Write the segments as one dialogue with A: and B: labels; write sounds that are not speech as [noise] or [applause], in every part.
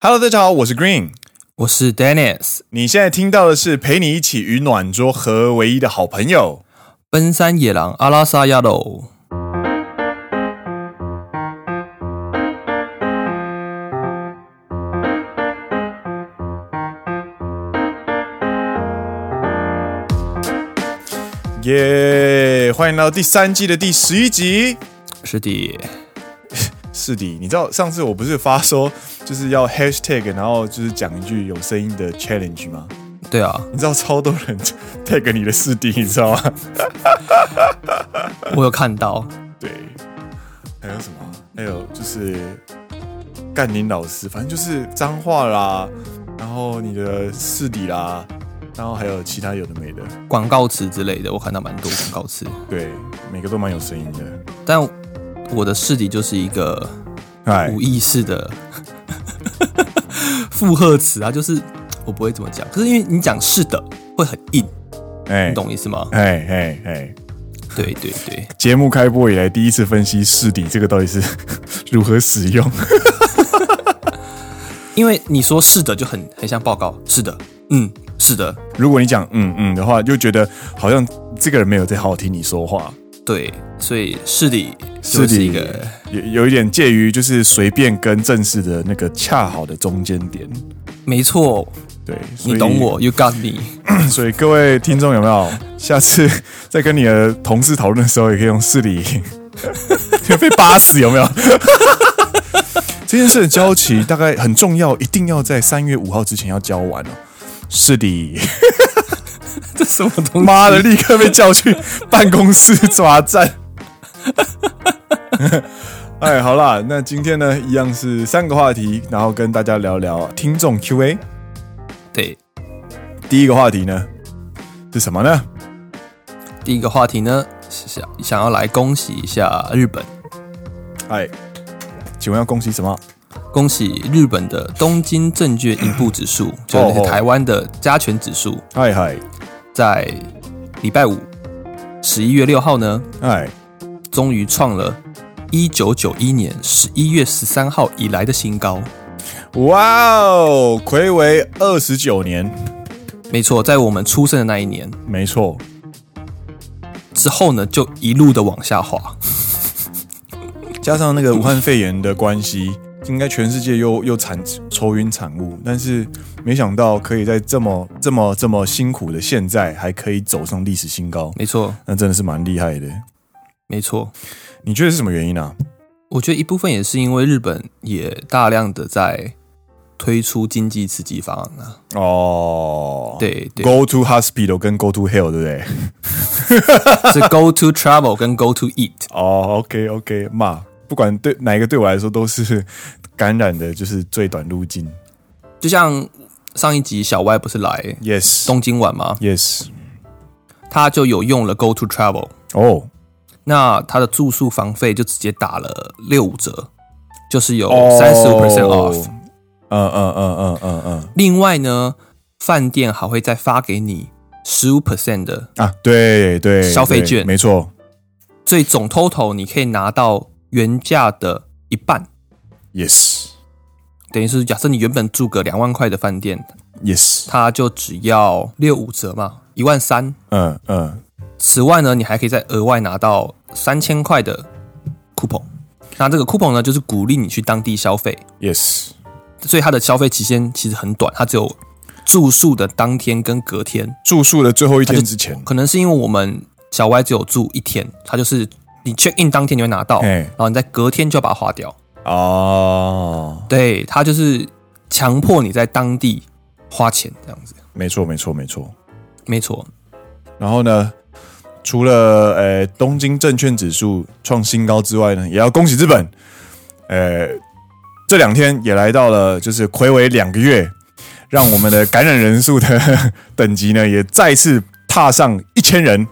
A: Hello，大家好，我是 Green。
B: 我是 Dennis，
A: 你现在听到的是陪你一起与暖桌合为一的好朋友。
B: 奔山野狼阿拉萨亚喽。
A: 耶、欢迎来到第三季的第十一集。
B: 是的，
A: 是的，你知道上次我不是发说就是要 Hashtag，然后就是讲一句有声音的 challenge 吗？
B: 对啊，
A: 你知道超多人 tag 你的是的，你知道吗？
B: 我有看到，
A: 对，还有什么？还有就是干宁老师，反正就是脏话啦，然后你的是的啦，然后还有其他有的没的，
B: 广告词之类的，我看到蛮多广告词。
A: 对，每个都蛮有声音的。
B: 但我的视底就是一个
A: 哎
B: 无意识的 [laughs] 附和词啊，就是我不会怎么讲，可是因为你讲是的会很硬，
A: 哎
B: 你，懂意思吗？
A: 哎哎哎！
B: 对对对，
A: 节目开播以来第一次分析试底这个到底是 [laughs] 如何使用， [laughs]
B: 因为你说是的就很很像报告，是的，嗯，是的，
A: 如果你讲嗯嗯的话，就觉得好像这个人没有在好好听你说话。
B: 对，所以是的，
A: 是
B: 就是
A: 的，
B: 一个
A: 有有一点介于就是随便跟正式的那个恰好的中间点，
B: 没错，
A: 对，所以
B: 你懂，我，You got me。
A: [laughs] 所以各位听众有没有下次 [laughs] 在跟你的同事讨论的时候，也可以用事理，就 [laughs] 被扒死有没 [laughs] 有？这件事的交期大概很重要，一定要在三月五号之前要交完哦。是的，
B: [laughs] 这什么东西？
A: 妈的，立刻被叫去办公室抓站。 [laughs] 哎，好啦，那今天呢，一样是三个话题，然后跟大家聊聊听众 Q&A。
B: 对，
A: 第一个话题呢是什么呢？
B: 第一个话题呢，是想想要来恭喜一下日本，
A: 哎，请问要恭喜什么？
B: 恭喜日本的东京证券一部指
A: 哦
B: 数，就是那个台湾的加权指数，
A: 嗨嗨
B: 在礼拜五十一月六号呢，
A: 哎，
B: 终于创了一九九一年十一月十三号以来的新高。
A: 哇哦，暌违二十九年，
B: 没错，在我们出生的那一年
A: 没错，
B: 之后呢，就一路的往下滑。
A: 加上那个武汉肺炎的关系，应该全世界又又产愁云惨雾，但是没想到可以在这么这么这么辛苦的现在，还可以走上历史新高，
B: 没错，
A: 那真的是蛮厉害的。
B: 没错。
A: 你觉得是什么原因啊？
B: 我觉得一部分也是因为日本也大量的在推出经济刺激方案啊。
A: 哦，
B: 对对，
A: ，Go to hospital 跟 Go to hell，对不对？
B: 是 go to travel 跟 go to eat。
A: 哦，OK OK，嘛，不管对哪一个对我来说都是感染的，就是最短路径。
B: 就像上一集小歪不是来
A: Yes，Yes，
B: 东京玩吗？他就有用了 go to travel，
A: 哦
B: 那他的住宿房费就直接打了六五折，就是有
A: 哦，
B: 三十五 percent off。
A: 嗯嗯嗯嗯嗯嗯
B: 另外呢，饭店还会再发给你十五 percent 的，
A: 啊，对对，
B: 消费
A: 对
B: 券
A: 没错，
B: 所以总 total 你可以拿到原价的一半。
A: Yes，Yes，
B: 等于是假设你原本住个两万块的饭店，它就只要六五折嘛，一万三。
A: 嗯嗯，
B: 此外呢，你还可以再额外拿到三千块的 coupon。那这个 coupon 呢，就是鼓励你去当地消费，
A: ，Yes，
B: 所以它的消费期限其实很短，它只有住宿的当天跟隔天。
A: 住宿的最后一
B: 它
A: 天
B: 就
A: 之前，
B: 可能是因为我们小 Y 只有住一天，它就是你 check in 当天你会拿到，
A: 嘿
B: 然后你在隔天就要把它花掉。
A: 哦，
B: 对，它就是强迫你在当地花钱这样子。
A: 没错没错没错。
B: 没错，
A: 然后呢，除了呃东京证券指数创新高之外呢，也要恭喜日本，呃这两天也来到了就是暌违两个月，让我们的感染人数的 [laughs] 等级呢也再次踏上一千人。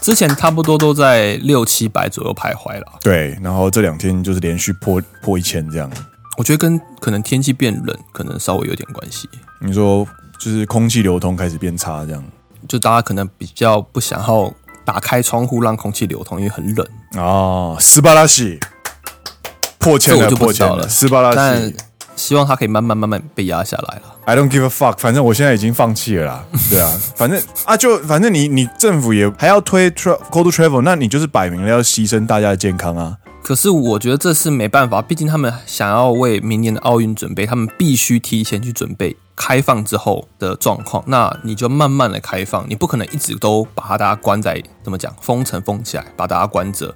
B: 之前差不多都在六七百左右徘徊了。
A: 对，然后这两天就是连续破破一千这样。
B: 我觉得跟可能天气变冷，可能稍微有点关系。
A: 你说就是空气流通开始变差这样
B: 就大家可能比较不想要
A: 啊
B: 打开窗户让空气流通，因为很冷。
A: 哦，斯巴拉西。破千
B: 这
A: 了，
B: 我就不
A: 破
B: 知
A: 千
B: 道
A: 了，
B: 了
A: 斯巴拉
B: 但
A: 奇
B: 希望它可以慢慢慢慢被压下来了。
A: ，I don't give a fuck，反正我现在已经放弃了啦，对啊，反正啊就反正你你政府也还要推 tra go to travel，那你就是摆明了要牺牲大家的健康啊，
B: 可是我觉得这是没办法，毕竟他们想要为明年的奥运准备，他们必须提前去准备开放之后的状况。那你就慢慢的开放，你不可能一直都把大家关在怎么讲封城封起来，把大家关着。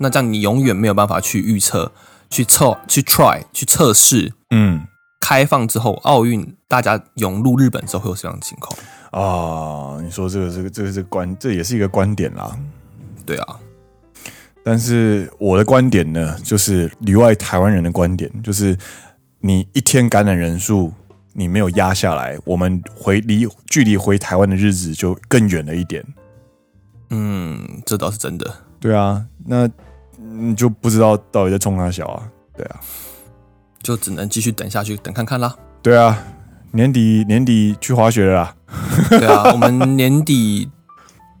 B: 那这样你永远没有办法去预测、去测、去 try、去测试
A: 嗯
B: 开放之后奥运大家涌入日本之后会有什么样的情况？
A: 啊，你说这个这个这个这个观这也是一个观点啦，
B: 对啊，
A: 但是我的观点呢，就是里外台湾人的观点，就是你一天感染人数你没有压下来，我们回离距离回台湾的日子就更远了一点。
B: 嗯，这倒是真的。
A: 对啊，那你就不知道到底在冲哪小啊？对啊，
B: 就只能继续等下去，等看看啦。
A: 对啊，年底年底去滑雪了啦。
B: 对啊，我们年底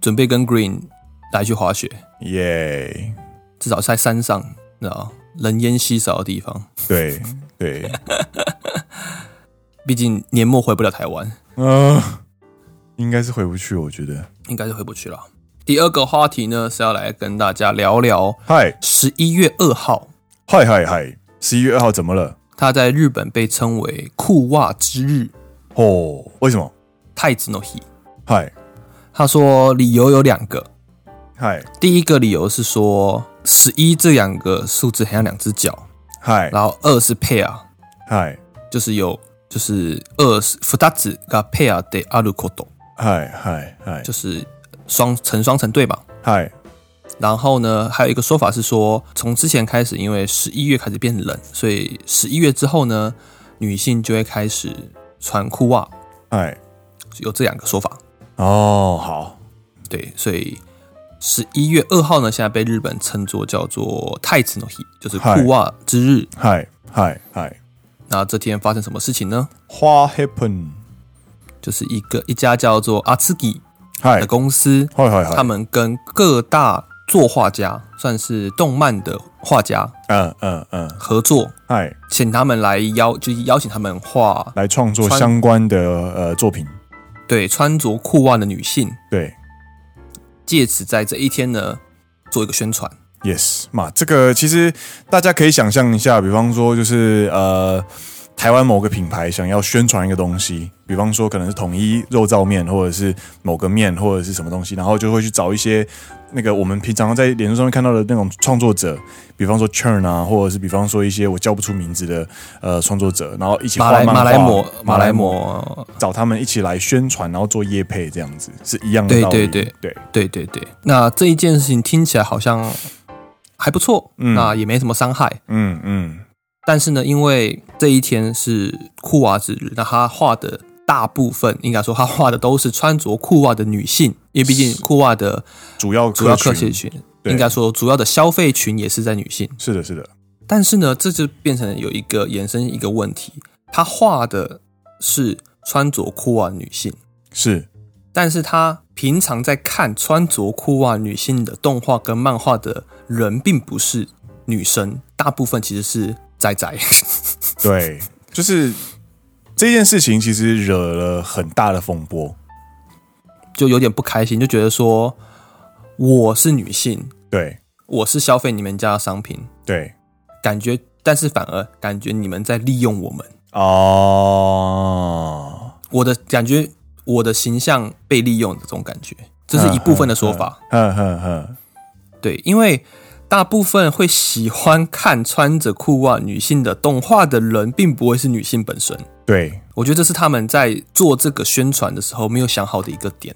B: 准备跟 Green 来去滑雪，
A: 耶、
B: 至少在山上，你知道人烟稀少的地方。
A: 对
B: [laughs]
A: 对，
B: 毕竟年末回不了台湾，
A: 嗯、应该是回不去，我觉得。
B: 应该是回不去了。第二个话题呢是要来跟大家聊聊
A: 嗨
B: 十一月二号，
A: 嗨嗨嗨，十一月二号怎么了？
B: 它在日本被称为裤袜之日
A: 哦，为什么？
B: 太子 no he。
A: 嗨
B: 他说理由有两个，
A: 嗨
B: 第一个理由是说十一这两个数字很像两只脚，
A: 嗨
B: 然后二是啊 pair，
A: 嗨。
B: 就是有就是二是二つがペアであること，
A: 嗨嗨嗨
B: 就是双成双成对吧？
A: 嗨
B: 然后呢，还有一个说法是说，从之前开始，因为十一月开始变冷，所以十一月之后呢，女性就会开始穿裤袜，
A: 嗨
B: 有这两个说法。
A: 哦，好
B: 对，所以十一月二号呢，现在被日本称作叫做太子 no h 就是
A: 嗨
B: 裤袜之日。
A: 嗨嗨嗨
B: 那这天发生什么事情呢？
A: 花 happen，
B: 就是一个一家叫做阿茨基
A: 嗨
B: 的公司，
A: 嗨嗨
B: 他
A: 嗨，
B: 们跟各大作画家，算是动漫的画家
A: 嗯嗯嗯，
B: 合作，
A: 嗨，
B: 请他们来邀，就是邀请他们画
A: 来创作
B: 穿
A: 相关的呃作品，
B: 对穿着裤袜的女性，
A: 对
B: 借此在这一天呢做一个宣传。
A: ，yes，嘛，这个其实大家可以想象一下，比方说就是呃。台湾某个品牌想要宣传一个东西，比方说可能是统一肉燥面，或者是某个面，或者是什么东西，然后就会去找一些那个我们平常在脸书上面看到的那种创作者，比方说 Churn 啊，或者是比方说一些我叫不出名字的呃创作者，然后一起
B: 马
A: 画
B: 来
A: 漫画
B: 马来模马
A: 马来
B: 来
A: 模
B: 模，
A: 找他们一起来宣传，然后做业配这样子是一样的
B: 对
A: 道理。
B: 对对
A: 对，
B: 对对对。那这一件事情听起来好像还不错，那也没什么伤害。
A: 嗯嗯，
B: 但是呢，因为这一天是裤袜之日，那他画的大部分应该说他画的都是穿着裤袜的女性，因为毕竟裤袜的
A: 主要
B: 主要客
A: 客
B: 群
A: 群
B: 群，
A: 对
B: 应该说主要的消费群也是在女性。
A: 是的是的，
B: 但是呢，这就变成有一个衍生一个问题，他画的是穿着裤袜的女性，
A: 是
B: 但是他平常在看穿着裤袜女性的动画跟漫画的人，并不是女生，大部分其实是仔仔。 [laughs]
A: 对，就是这件事情其实惹了很大的风波。
B: 就有点不开心，就觉得说我是女性，
A: 对
B: 我是消费你们家的商品，
A: 对
B: 感觉，但是反而感觉你们在利用我们，
A: 哦，
B: 我的感觉，我的形象被利用的这种感觉，这是一部分的说法。
A: 哼哼哼，
B: 对，因为大部分会喜欢看穿着裤袜女性的动画的人，并不会是女性本身。
A: 对，
B: 我觉得这是他们在做这个宣传的时候没有想好的一个点。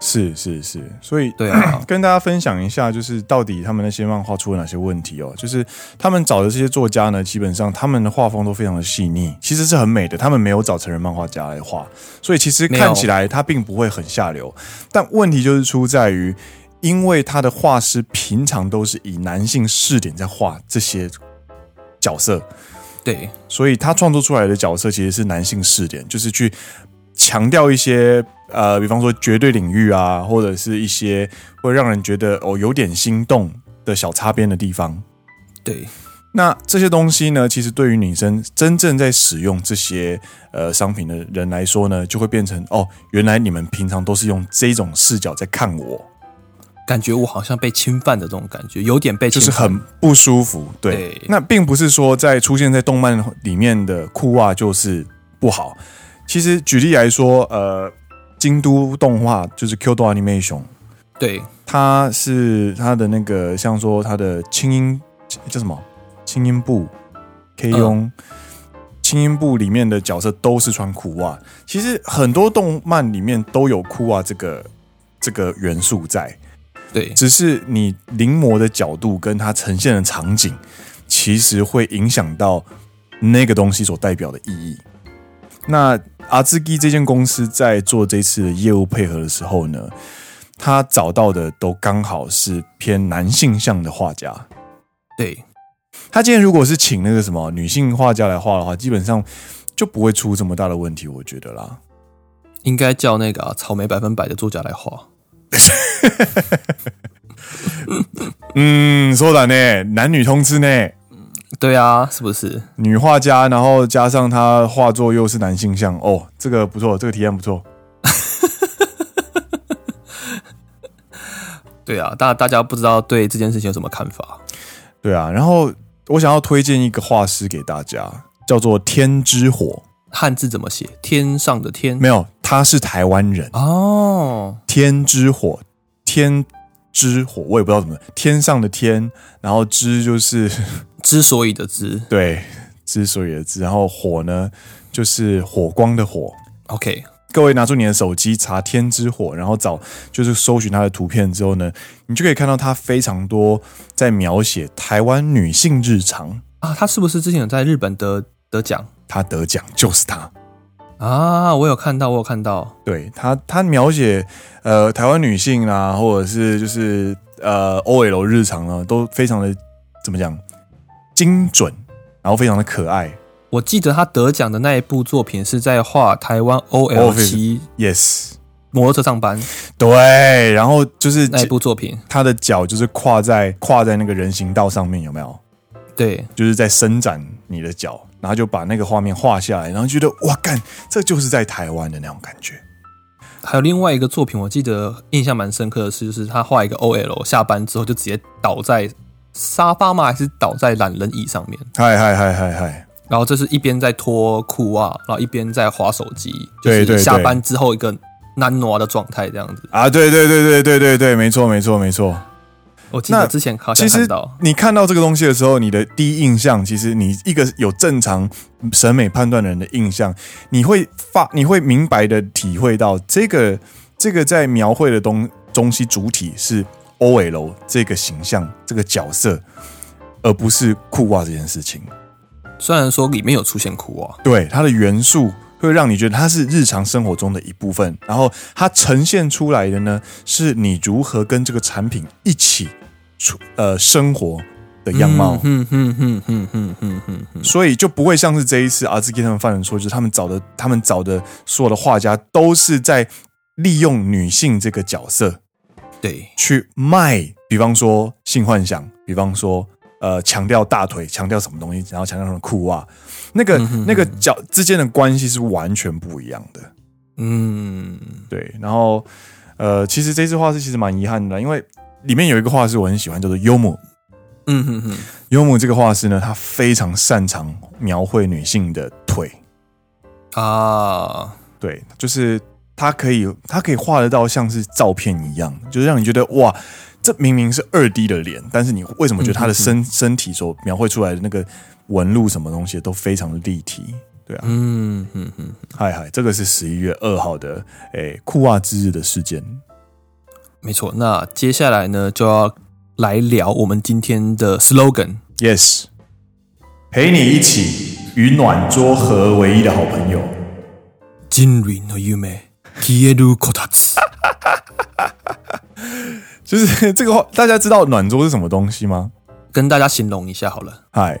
A: 是是是，所以，
B: 对啊
A: 跟大家分享一下，就是到底他们那些漫画出了哪些问题哦。就是他们找的这些作家呢，基本上他们的画风都非常的细腻，其实是很美的。他们没有找成人漫画家来画，所以其实
B: 没有
A: 看起来它并不会很下流。但问题就是出在于，因为他的画师平常都是以男性视点在画这些角色，
B: 对，
A: 所以他创作出来的角色其实是男性视点，就是去强调一些呃，比方说绝对领域啊，或者是一些会让人觉得哦有点心动的小擦边的地方。
B: 对，
A: 那这些东西呢，其实对于女生真正在使用这些呃商品的人来说呢，就会变成哦，原来你们平常都是用这种视角在看我，
B: 感觉我好像被侵犯的这种感觉，有点被
A: 就
B: 侵
A: 是
B: 犯。
A: 很不舒服。对，
B: 对
A: 那并不是说在出现在动漫里面的裤袜就是不好。其实举例来说，呃，京都动画就是 Q 动 Animation，
B: 对，
A: 它是它的那个像说它的轻音叫什么轻音部 K 用轻音部里面的角色都是穿裤袜。其实很多动漫里面都有裤袜这个这个元素在，
B: 对，
A: 只是你临摹的角度跟它呈现的场景，其实会影响到那个东西所代表的意义。那阿兹基这间公司在做这次的业务配合的时候呢，他找到的都刚好是偏男性向的画家。
B: 对，
A: 他今天如果是请那个什么女性画家来画的话，基本上就不会出这么大的问题，我觉得啦。
B: 应该叫那个、啊、草莓百分百的作家来画。
A: 嗯，そうだね，男女通吃呢。
B: 对啊，是不是？
A: 女画家，然后加上她画作又是男性向，哦，这个不错，这个提案不错。
B: 对啊，大大家不知道对这件事情有什么看法？
A: 对啊，然后我想要推荐一个画师给大家，叫做天之火，
B: 汉字怎么写？天上的天
A: 没有，他是台湾人。
B: 哦，
A: 天之火，天之火，我也不知道怎么，天上的天，然后之就是。
B: 之所以的之
A: 对，之所以的之，然后火呢就是火光的火，
B: OK，
A: 各位拿出你的手机查天之火，然后找就是搜寻它的图片之后呢，你就可以看到它非常多在描写台湾女性日常。
B: 啊，他是不是之前有在日本得得奖
A: 她得奖就是她，
B: 啊？我有看到，我有看到。
A: [laughs] 对她，她描写呃台湾女性啊，或者是就是呃 OL 日常啊，都非常的怎么讲精准，然后非常的可爱。
B: 我记得他得奖的那一部作品是在画台湾 OL
A: Office
B: 骑
A: Yes，
B: 摩托车上班
A: 对，然后就是
B: 那一部作品。
A: 她的脚就是跨在跨在那个人行道上面，有没有？
B: 对，
A: 就是在伸展你的脚，然后就把那个画面画下来，然后觉得哇干，这就是在台湾的那种感觉。
B: 还有另外一个作品，我记得印象蛮深刻的是，就是他画一个 OL 下班之后就直接倒在沙发吗？还是倒在懒人椅上面？
A: 嗨嗨嗨嗨嗨，
B: 然后这是一边在脱裤袜，然后一边在划手机，就
A: 对对
B: 是
A: 对
B: 下班之后一个难挪的状态这样子。
A: 啊，对对对对对对对，没错没错没错。
B: 我记得
A: 那
B: 之前好像
A: 其
B: 看
A: 实
B: 到，
A: 你看到这个东西的时候，你的第一印象，其实你一个有正常审美判断的人的印象，你会发，你会明白的体会到这个这个在描绘的东东西主体是 OL 这个形象这个角色，而不是裤袜这件事情。
B: 虽然说里面有出现裤袜，
A: 对它的元素会让你觉得它是日常生活中的一部分，然后它呈现出来的呢，是你如何跟这个产品一起出呃生活的样貌，
B: 嗯哼哼哼哼哼哼哼，
A: 所以就不会像是这一次阿兹基他们犯人说，就是他们找的他们找的所有的画家都是在利用女性这个角色
B: 对
A: 去卖，比方说性幻想，比方说。呃，强调大腿，强调什么东西，然后强调什么裤袜，那个、那个角之间的关系是完全不一样的。
B: 嗯，
A: 对，然后呃，其实这次画室其实蛮遗憾的，因为里面有一个画师我很喜欢，叫做幽姆。
B: 嗯哼哼，
A: 幽姆这个画师呢，他非常擅长描绘女性的腿，
B: 啊，
A: 对，就是他可以他可以画得到像是照片一样，就是让你觉得哇，这明明是二 D 的脸，但是你为什么觉得他的身、身体所描绘出来的那个纹路什么东西都非常的立体？对啊，
B: 嗯哼哼，
A: 嗨嗨，这个是十一月二号的诶裤袜之日的事件。
B: 没错。那接下来呢，就要来聊我们今天的 slogan。
A: Yes，陪你一起与暖桌合为一的好朋友。
B: 人類の夢消えるこたつ。
A: 就是这个话，大家知道暖桌是什么东西吗？
B: 跟大家形容一下好了。
A: 嗨，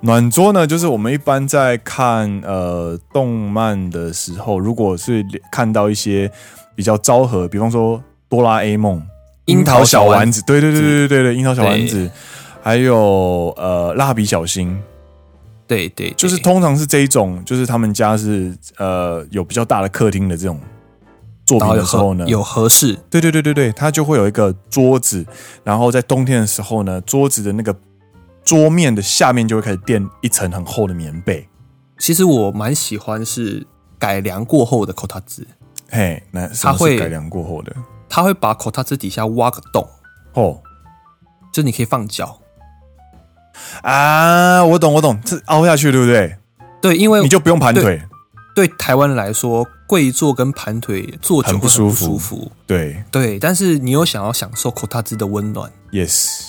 A: 暖桌呢，就是我们一般在看呃动漫的时候，如果是看到一些比较昭和，比方说哆啦 A 梦、
B: 樱桃小丸
A: 子，对对对对对对，樱桃小丸子，还有呃蜡笔小新，
B: 对对，
A: 就是
B: 对
A: 通常是这一种，就是他们家是呃有比较大的客厅的这种作品
B: 然后有
A: 的时候
B: 合
A: 呢，
B: 有合适，
A: 对对对对对，它就会有一个桌子，然后在冬天的时候呢，桌子的那个桌面的下面就会开始垫一层很厚的棉被，
B: 其实我蛮喜欢是改良过后的口塔子，
A: 嘿，那什么是
B: 它会
A: 改良过后的
B: 它会把口塔子底下挖个洞，
A: 哦
B: 就是你可以放脚。
A: 啊，我懂我懂，这凹下去对不对？
B: 对，因为
A: 你就不用盘腿，
B: 呃对台湾人来说，跪坐跟盘腿坐久
A: 很
B: 会
A: 不
B: 不
A: 舒
B: 舒
A: 服
B: 服。
A: 对
B: 对，但是你又想要享受口塔子的温暖，
A: ，yes，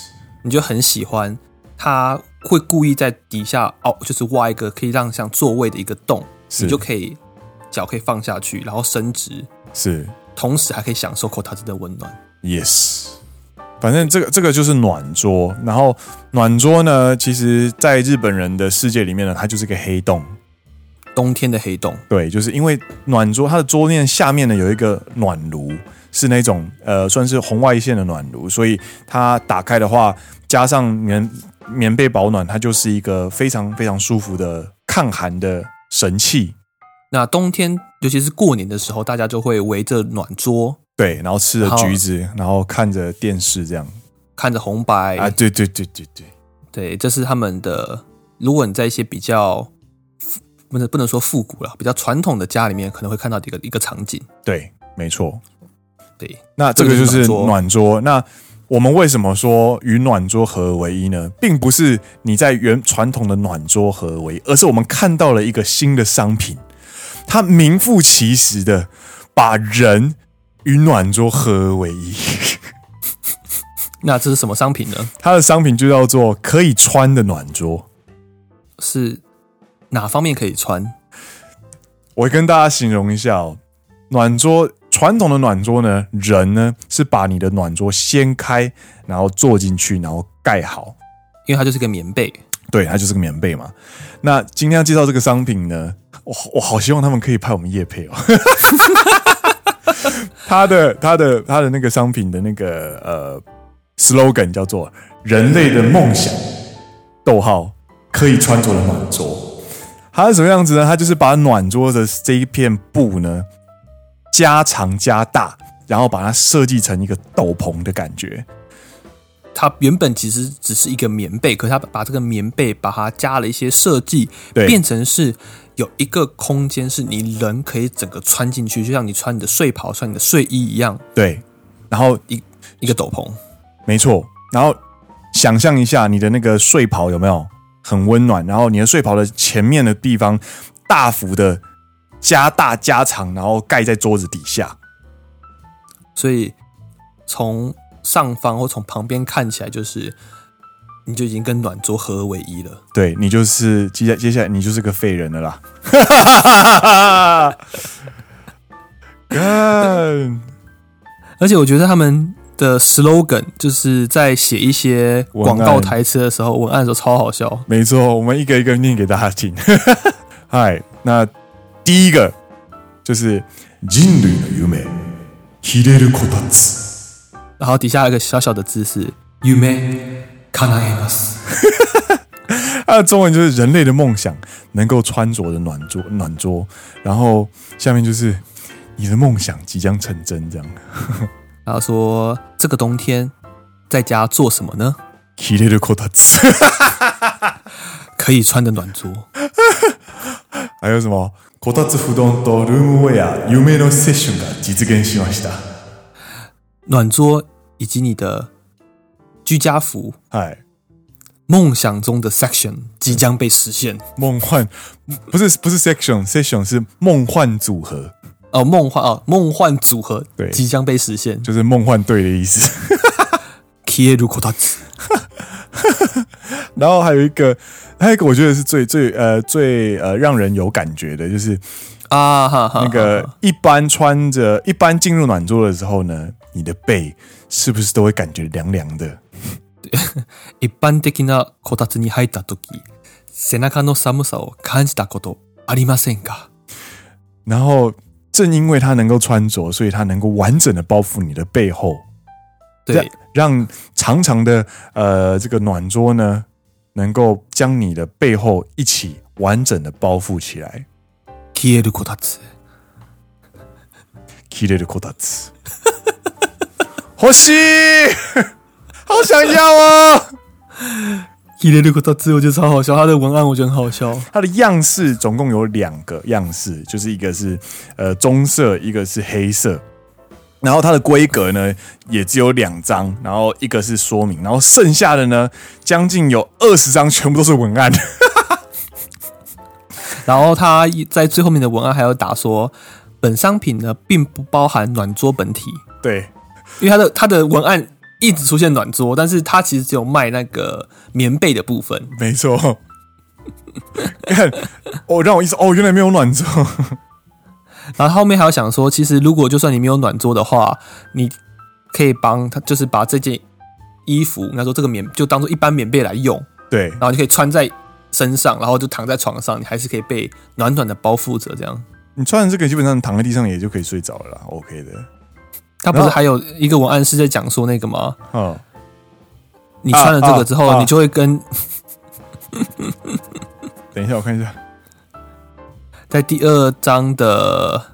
B: 你就很喜欢它会故意在底下凹，就是挖一个可以让像座位的一个洞，
A: 是
B: 你就可以脚可以放下去，然后伸直，
A: 是
B: 同时还可以享受口塔子的温暖。
A: Yes，反正这个这个就是暖桌，然后暖桌呢，其实在日本人的世界里面呢，它就是一个黑洞。
B: 冬天的黑洞，
A: 对，就是因为暖桌，它的桌面下面呢有一个暖炉，是那种呃算是红外线的暖炉，所以它打开的话，加上棉棉被保暖，它就是一个非常非常舒服的抗寒的神器。
B: 那冬天尤其是过年的时候，大家就会围着暖桌，
A: 对，然后吃着
B: 好
A: 橘子，然后看着电视这样
B: 看着红白
A: 啊，对对对对对，
B: 对，这是他们的。如果你在一些比较复不能不能说复古了，比较传统的家里面，可能会看到的一个一个场景。
A: 对，没错。
B: 对，
A: 那这个就是
B: 这个就是
A: 暖
B: 暖
A: 桌。那我们为什么说与暖桌合而为一呢？并不是你在原传统的暖桌合而为一，而是我们看到了一个新的商品，它名副其实的把人与暖桌合而为一。 [laughs]
B: 那这是什么商品呢？
A: 它的商品就叫做可以穿的暖桌。
B: 是哪方面可以穿？
A: 我跟大家形容一下哦，暖桌传统的暖桌呢，人呢是把你的暖桌掀开，然后坐进去，然后盖好。
B: 因为它就是个棉被，
A: 对，它就是个棉被嘛。那今天要介绍这个商品呢，我我好希望他们可以拍我们夜配哦。 [laughs] 它的它的它的那个商品的那个呃 slogan 叫做“人类的梦想”，逗号可以穿着的暖桌。它是什么样子呢？它就是把暖桌的这一片布呢加长加大，然后把它设计成一个斗篷的感觉。
B: 它原本其实只是一个棉被，可是它把这个棉被把它加了一些设计，
A: 对
B: 变成是有一个空间是你人可以整个穿进去，就像你穿你的睡袍、穿你的睡衣一样，
A: 对，然后
B: 一个斗篷。
A: 没错。然后想象一下，你的那个睡袍有没有很温暖？然后你的睡袍的前面的地方大幅的加大加长，然后盖在桌子底下。
B: 所以从上方或从旁边看起来，就是你就已经跟暖桌合而为一了。
A: 对你就是接下接下来你就是个废人了啦。 [laughs] 干
B: 而且我觉得他们的 slogan 就是在写一些广
A: 文
B: 告
A: 案
B: 台词的时候，文案的时候超好笑。
A: 没错，我们一个一个念给大家听。 [laughs] 嗨，那第一个就是人類の夢、切れるこたつ。
B: 然后底下有一个小小的字是 “you may c a n a s
A: [laughs] 它啊的中文就是人类的梦想能够穿着的暖桌暖桌，然后下面就是你的梦想即将成真这样。
B: 然后说这个冬天在家做什么呢？
A: きれるこたつ
B: 可以穿的暖桌，
A: [laughs] 还有什么？こたつ不動とルームウェア夢のセッションが実現しました。
B: 暖桌以及你的居家服，
A: 嗨，
B: 梦想中的 section 即将被实现。
A: 梦幻不是不是 section，section 是梦幻组合，
B: 哦，梦幻哦，梦幻组合
A: 对
B: 即将被实现。
A: 就是梦幻队的意思。 [laughs]
B: 消えるこたつ
A: 然后还有一个，还有一个我觉得是最最呃最呃让人有感觉的，就是
B: 啊哈哈，
A: 那个一般穿着一般进入暖桌的时候呢，你的背是不是都会感觉凉凉的？
B: 一般的なこたつに入った時、背中の寒さを感じたことありませんか？
A: 然后正因为它能够穿着，所以它能够完整的包覆你的背后，让
B: 对，
A: 让长长的呃这个暖桌呢，能够将你的背后一起完整的包覆起来。
B: 消えるこたつ。
A: 切れるこたつ， [laughs] 欲しい， [laughs] 好想要哦！
B: 消えるこたつ，我觉得超好笑，它的文案我觉得很好笑。
A: 它的样式总共有两个样式，就是一个是呃棕色，一个是黑色。然后它的规格呢也只有两张，然后一个是说明，然后剩下的呢将近有二十张，全部都是文案。
B: 然后他在最后面的文案还有打说，本商品呢并不包含暖桌本体，
A: 对，
B: 因为它的它的文案一直出现暖桌，但是它其实只有卖那个棉被的部分。
A: 没错。看，哦，让我意思，哦，原来没有暖桌。
B: 然后后面还有想说，其实如果就算你没有暖桌的话，你可以帮他就是把这件衣服，应该说这个棉就当做一般棉被来用，
A: 对，
B: 然后你可以穿在身上，然后就躺在床上，你还是可以被暖暖的包覆着这样。
A: 你穿着这个基本上躺在地上也就可以睡着了啦，OK 的。
B: 他不
A: 然
B: 是
A: 后
B: 还有一个文案是在讲说那个吗？
A: 嗯，
B: 你穿了这
A: 啊
B: 个之后，
A: 啊
B: 你就会跟
A: 等一下，我看一下。
B: 在第二章的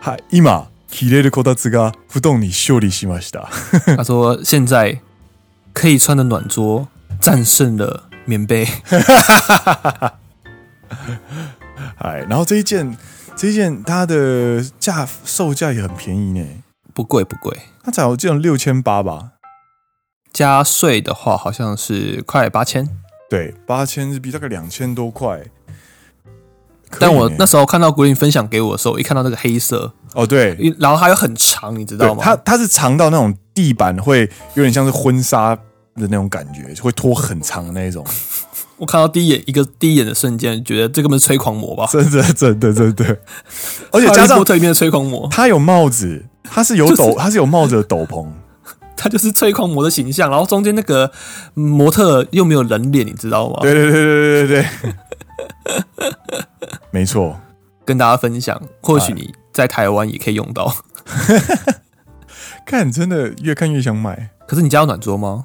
A: はい、今、切れるこたつが不動に勝利しました。
B: 他说，现在可以穿的暖桌战胜了棉被。
A: 哎，然后这一件，这一件它的价售价也很便宜呢，
B: 不贵不贵，
A: 它才我记得六千八吧？
B: 加税的话好像是快八千。
A: 对，八千日币大概两千多块。可以
B: 但我
A: 呢
B: 那时候看到古林分享给我的时候，我一看到那个黑色，
A: 哦对。
B: 因然后它又很长，你知道
A: 对，
B: 吗？
A: 它它是长到那种地板会有点像是婚纱的那种感觉，会拖很长的那一种。 [laughs]
B: 我看到第一眼一个第一眼的瞬间，觉得这根本是吹狂魔吧？
A: 真的真的真
B: [laughs]
A: 的，而且
B: 哈
A: 加
B: 利
A: 上
B: 波特里面的吹狂魔， [laughs]
A: 它有帽子，它是有
B: 就
A: 斗，
B: 是哦
A: 它是有帽子的斗
B: [laughs]
A: 篷。
B: 它就是吹狂魔的形象。然后中间那个模特又没有人脸，你知道吗？
A: 对对对对对对对，没错。
B: 跟大家分享，或许你在台湾也可以用到。
A: 看，真的越看越想买
B: 可是你家有暖桌吗？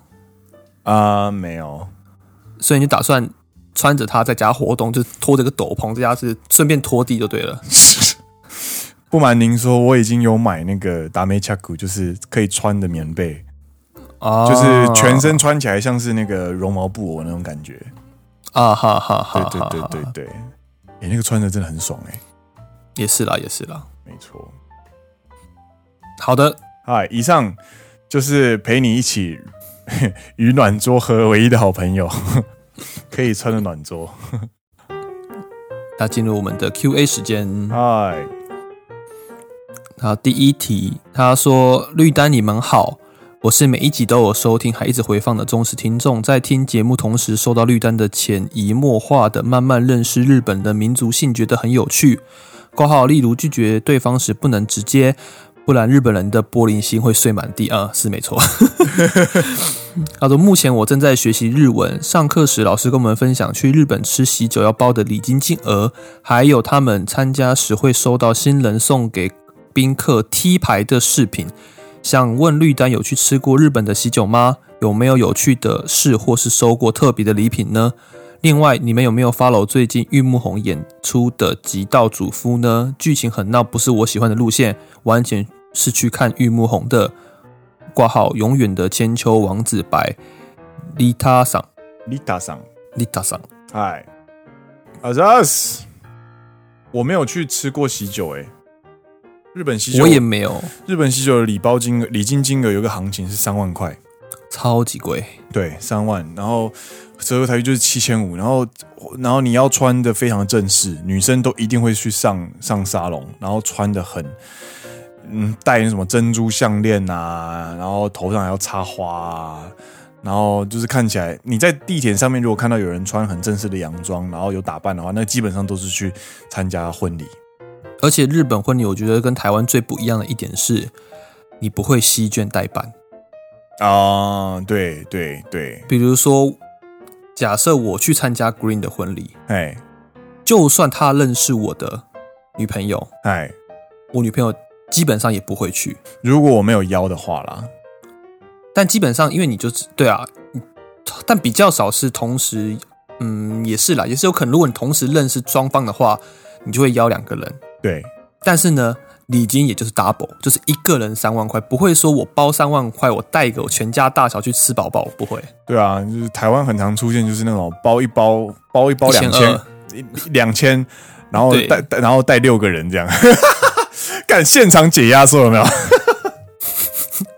A: 啊、没有， [laughs]
B: 所以你打算穿着它在家活动，就拖着个斗篷，在家是顺便拖地就对了。
A: 不瞒您说，我已经有买那个达美恰古，就是可以穿的棉被，
B: 啊
A: 就是全身穿起来像是那个绒毛布偶那种感觉。
B: 啊，哈哈
A: 对
B: 哈，
A: 对对对
B: 哈哈
A: 对，哎、那个穿着真的很爽哎、
B: 也是啦，也是啦。
A: 没错。
B: 好的，
A: 嗨，以上就是陪你一起与暖桌合为一的好朋友， [laughs] 可以穿的暖桌。
B: 那进入我们的 Q&A 时间。
A: 嗨，
B: 好，第一题，他说：“绿丹，你们好，我是每一集都有收听，还一直回放的忠实听众，在听节目同时，受到绿丹的潜移默化的慢慢认识日本的民族性，觉得很有趣。括号，例如拒绝对方时不能直接，不然日本人的玻璃心会碎满地啊、是没错。” [laughs] 他说：“目前我正在学习日文，上课时老师跟我们分享去日本吃喜酒要包的礼金金额，还有他们参加时会收到新人送给宾客 T 牌的饰品。想问绿丹有去吃过日本的喜酒吗？有没有有趣的事或是收过特别的礼品呢？另外，你们有没有 follow 最近玉木宏演出的《极道主夫》呢？剧情很闹，不是我喜欢的路线，完全是去看玉木宏的。挂号永远的千秋王子白丽塔桑
A: 丽塔桑，
B: 丽塔桑，
A: 嗨，阿扎斯，我没有去吃过喜酒哎、日本喜酒
B: 我也没有，
A: 日本喜酒的礼包金额、礼金金额有个行情是三万块，
B: 超级贵。
A: 对，三万，然后折合台币就是七千五，然后然后你要穿的非常正式，女生都一定会去上上沙龙，然后穿的很，嗯，戴那什么珍珠项链啊，然后头上还要插花啊，然后就是看起来你在地铁上面如果看到有人穿很正式的洋装，然后有打扮的话，那基本上都是去参加婚礼，
B: 而且日本婚礼，我觉得跟台湾最不一样的一点是，你不会席卷代办。
A: 啊、对对对，
B: 比如说，假设我去参加 Green 的婚礼，
A: 哎
B: 就算他认识我的女朋友，
A: 哎，
B: 我女朋友基本上也不会去。
A: 如果我没有腰的话啦，
B: 但基本上因为你就是对啊，嗯但比较少是同时，嗯，也是啦，也是有可能，如果你同时认识双方的话，你就会邀两个人。
A: 对，
B: 但是呢，礼金也就是 double，就是一个人三万块，不会说我包三万块，我带个我全家大小去吃饱饱，不会。
A: 对啊，就是台湾很常出现，就是那种包一包包一包两千
B: 1200
A: 两千，然后
B: 对
A: 带带然后带六个人这样， [laughs] 干现场解压缩有没有？ [laughs]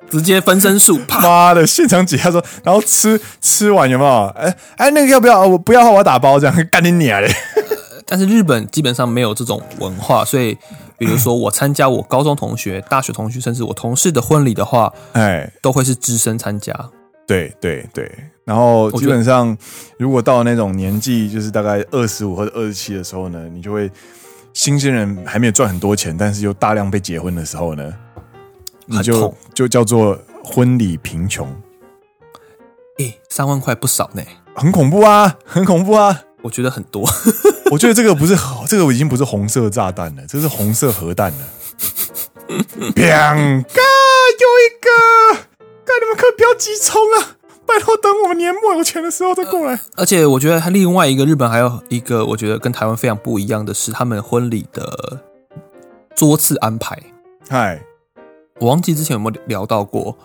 B: 直接分身术，啪！
A: 妈的，现场解压缩，然后吃吃完有没有？哎哎，那个要不要？我不要的话，我要打包这样，干你娘嘞！
B: 但是日本基本上没有这种文化，所以比如说我参加我高中同学、大学同学，甚至我同事的婚礼的话，
A: 哎，
B: 都会是只身参加。
A: 对对对，然后
B: 觉得
A: 基本上，如果到那种年纪，就是大概二十五或者二十七的时候呢，你就会新鲜人还没有赚很多钱，但是又大量被结婚的时候呢，你
B: 很
A: 就
B: 痛
A: 就叫做婚礼贫穷，
B: 诶，三万块不少呢，
A: 很恐怖啊，很恐怖啊！ [laughs]
B: 我觉得很多。
A: 我觉得这个不是这个已经不是红色炸弹了，这是红色核弹了。 [laughs] 两个又一个，干你们可不要急冲啊！拜托，等我们年末有钱的时候再过来。
B: [laughs] 而且我觉得另外一个日本还有一个，我觉得跟台湾非常不一样的是，他们婚礼的桌次安排。
A: 嗨，
B: 我忘记之前有没有聊到过，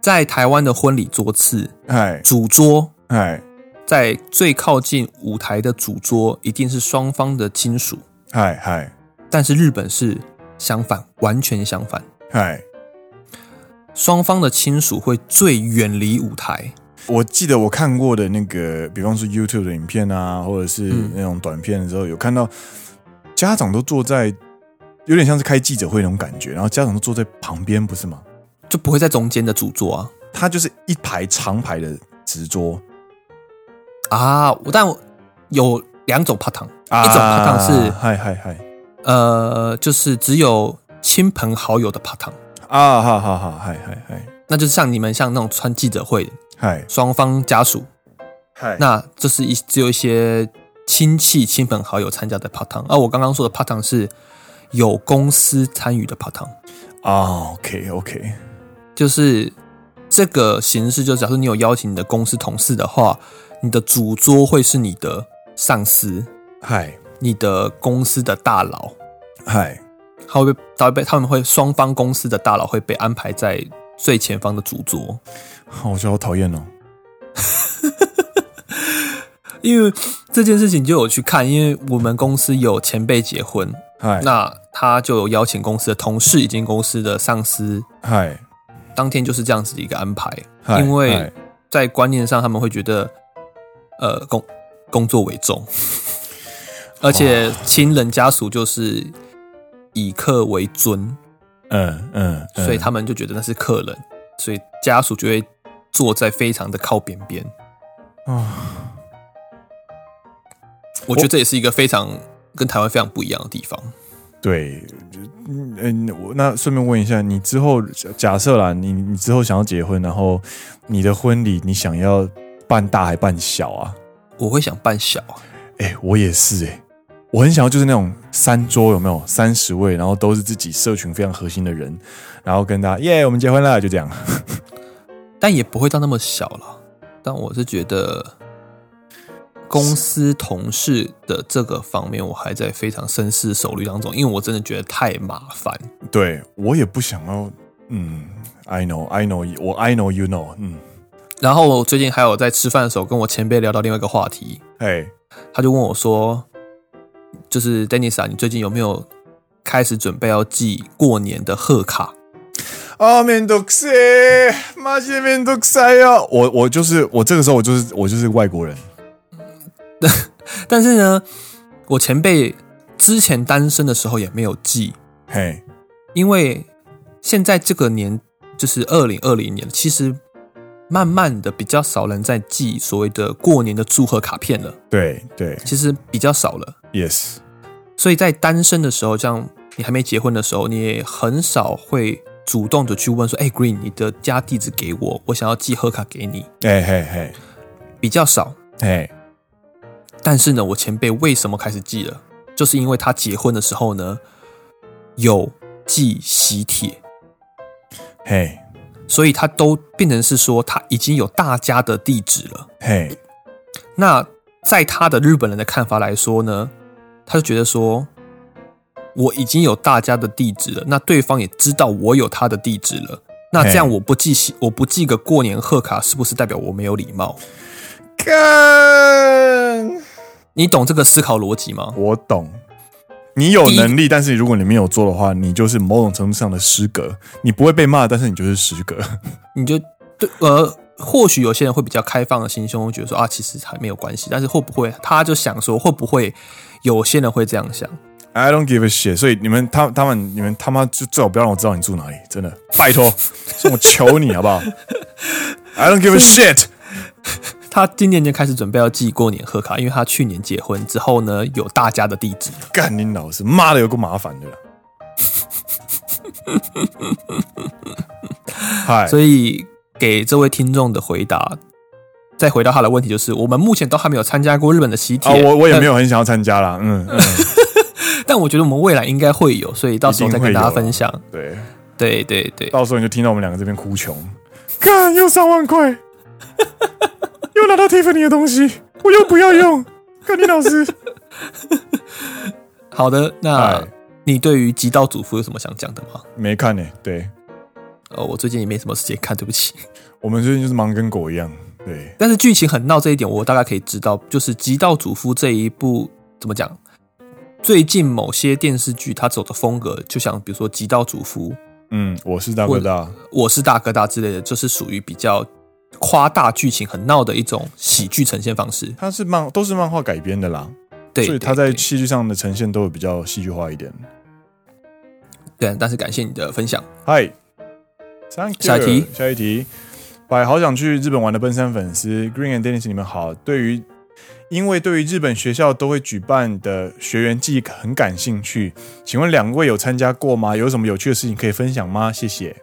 B: 在台湾的婚礼桌次，
A: 嗨，
B: 主桌
A: 嗨。
B: 在最靠近舞台的主桌一定是双方的亲属，
A: 嗨嗨
B: 但是日本是相反，完全相反，
A: 嗨！
B: 双方的亲属会最远离舞台。
A: 我记得我看过的那个，比方说 YouTube 的影片啊，或者是
B: 嗯
A: 那种短片的时候，有看到家长都坐在有点像是开记者会那种感觉，然后家长都坐在旁边，不是吗？
B: 就不会在中间的主桌啊
A: 他就是一排长排的直桌，
B: 啊！我但我有两种 p a
A: 啊
B: 一种 p a 是
A: 嗨嗨嗨
B: 呃，就是只有亲朋好友的 p a
A: 啊，哈哈哈，嗨嗨嗨
B: 那就是像你们像那种穿记者会，
A: 嗨
B: 双方家属
A: 嗨，
B: 那这是一只有一些亲戚、亲朋好友参加的 part time，而我刚刚说的 part time 是有公司参与的 part time，
A: 啊，OK OK，
B: 就是这个形式，就假设你有邀请你的公司同事的话，你的主桌会是你的上司、
A: 嗨
B: 你的公司的大佬，
A: 嗨
B: 他会被他会被他们会双方公司的大佬会被安排在最前方的主桌，
A: 啊我觉得好讨厌哦，
B: 因为这件事情就有去看，因为我们公司有前辈结婚，
A: 嗨
B: 那他就有邀请公司的同事以及公司的上司，
A: 嗨
B: 当天就是这样子的一个安排。
A: 嗨，
B: 因为
A: 嗨
B: 在观念上，他们会觉得，呃，工工作为重， [laughs] 而且亲人家属就是以客为尊，
A: 嗯嗯，嗯
B: 所以他们就觉得那是客人，所以家属就会坐在非常的靠边边。
A: 啊。
B: 我觉得这也是一个非常跟台湾非常不一样的地方。
A: 对，嗯嗯，我那顺便问一下，你之后假假设啦，你你之后想要结婚，然后你的婚礼你想要办大还办小啊？
B: 我会想办小，啊
A: 哎、我也是哎、我很想要就是那种三桌有没有三十位，然后都是自己社群非常核心的人，然后跟大家耶，我们结婚了，就这样。
B: 但也不会到那么小了。但我是觉得，公司同事的这个方面，我还在非常深思熟虑当中，因为我真的觉得太麻烦。
A: 对我也不想要，嗯，I know I know，我 I know you know，嗯，
B: 然后我最近还有在吃饭的时候跟我前辈聊到另外一个话题，
A: 哎
B: 他就问我说：“就是 Dennis 啊，你最近有没有开始准备要寄过年的贺卡
A: 啊，面都塞，妈些面都塞呀！我我就是我这个时候我就是我就是外国人。？”
B: 但是呢，我前辈之前单身的时候也没有寄，
A: 嘿，
B: 因为现在这个年就是二零二零年，其实慢慢的比较少人在寄所谓的过年的祝贺卡片了，
A: 对对
B: 其实比较少了。
A: ，yes，
B: 所以在单身的时候，这样你还没结婚的时候，你也很少会主动的去问说：“哎、g r e e n 你的家地址给我，我想要寄贺卡给你。
A: 哎嘿嘿”
B: 比较少。
A: 嘿，
B: 但是呢，我前辈为什么开始寄了？就是因为他结婚的时候呢，有记喜帖，
A: 嘿，
B: 所以它都变成是说它已经有大家的地址了。
A: 嘿，
B: 那在他的日本人的看法来说呢，他就觉得说，我已经有大家的地址了，那对方也知道我有他的地址了，那这样
A: 嘿
B: 我不寄喜，我不寄个过年贺卡，是不是代表我没有礼貌？
A: 干，
B: 你懂这个思考逻辑吗？
A: 我懂。你有
B: 第一
A: 能力，但是如果你没有做的话，你就是某种程度上的失格。你不会被骂，但是你就是失格。
B: 你就对呃，或许有些人会比较开放的心胸，会觉得说啊，其实还没有关系，但是会不会他就想说，会不会有些人会这样想？
A: I don't give a shit。所以你们他他们你们他妈就最好不要让我知道你住哪里，真的，拜托，我求你好不好？I don't give a shit。
B: 他今年就开始准备要寄过年贺卡，因为他去年结婚之后呢，有大家的地址了。
A: 干你老师，妈的有够麻烦的啦。嗨，
B: 所以给这位听众的回答，再回到他的问题，就是我们目前都还没有参加过日本的喜帖，
A: 啊，我我也没有很想要参加啦，嗯，嗯
B: 但，但我觉得我们未来应该会有，所以到时候再跟大家分享。
A: [laughs] 对，
B: 对对对，
A: 到时候你就听到我们两个这边哭
B: [laughs]
A: 穷，干又三万块， [laughs] 又拿到 Tiffany 的东西，我又不要
B: [laughs]
A: 用，干你老师，
B: 好的，那
A: 嗨，
B: 你对于《极道主妇》有什么想讲的吗？
A: 哎没看呢、对
B: 哦，我最近也没什么时间看，对不起。 [laughs]
A: 我们最近就是忙跟狗一样，对，
B: 但是剧情很闹这一点，我大概可以知道，就是《极道主夫》这一部怎么讲？最近某些电视剧它走的风格，就像比如说《极道主夫》
A: 嗯，我是大哥大，
B: 《我是大哥大》之类的，就是属于比较夸大剧情、很闹的一种喜剧呈现方式。
A: 他是漫都是漫画改编的啦，
B: 对，
A: 所以他在
B: 对
A: 戏剧上的呈现都会比较戏剧化一点。
B: 对，但是感谢你的分享。
A: 嗨，Thank you。
B: 下一题，
A: 下一题。百好想去日本玩的奔三粉丝 Green and Dennis，你们好。对于因为对于日本学校都会举办的学员季很感兴趣，请问两位有参加过吗？有什么有趣的事情可以分享吗？谢谢。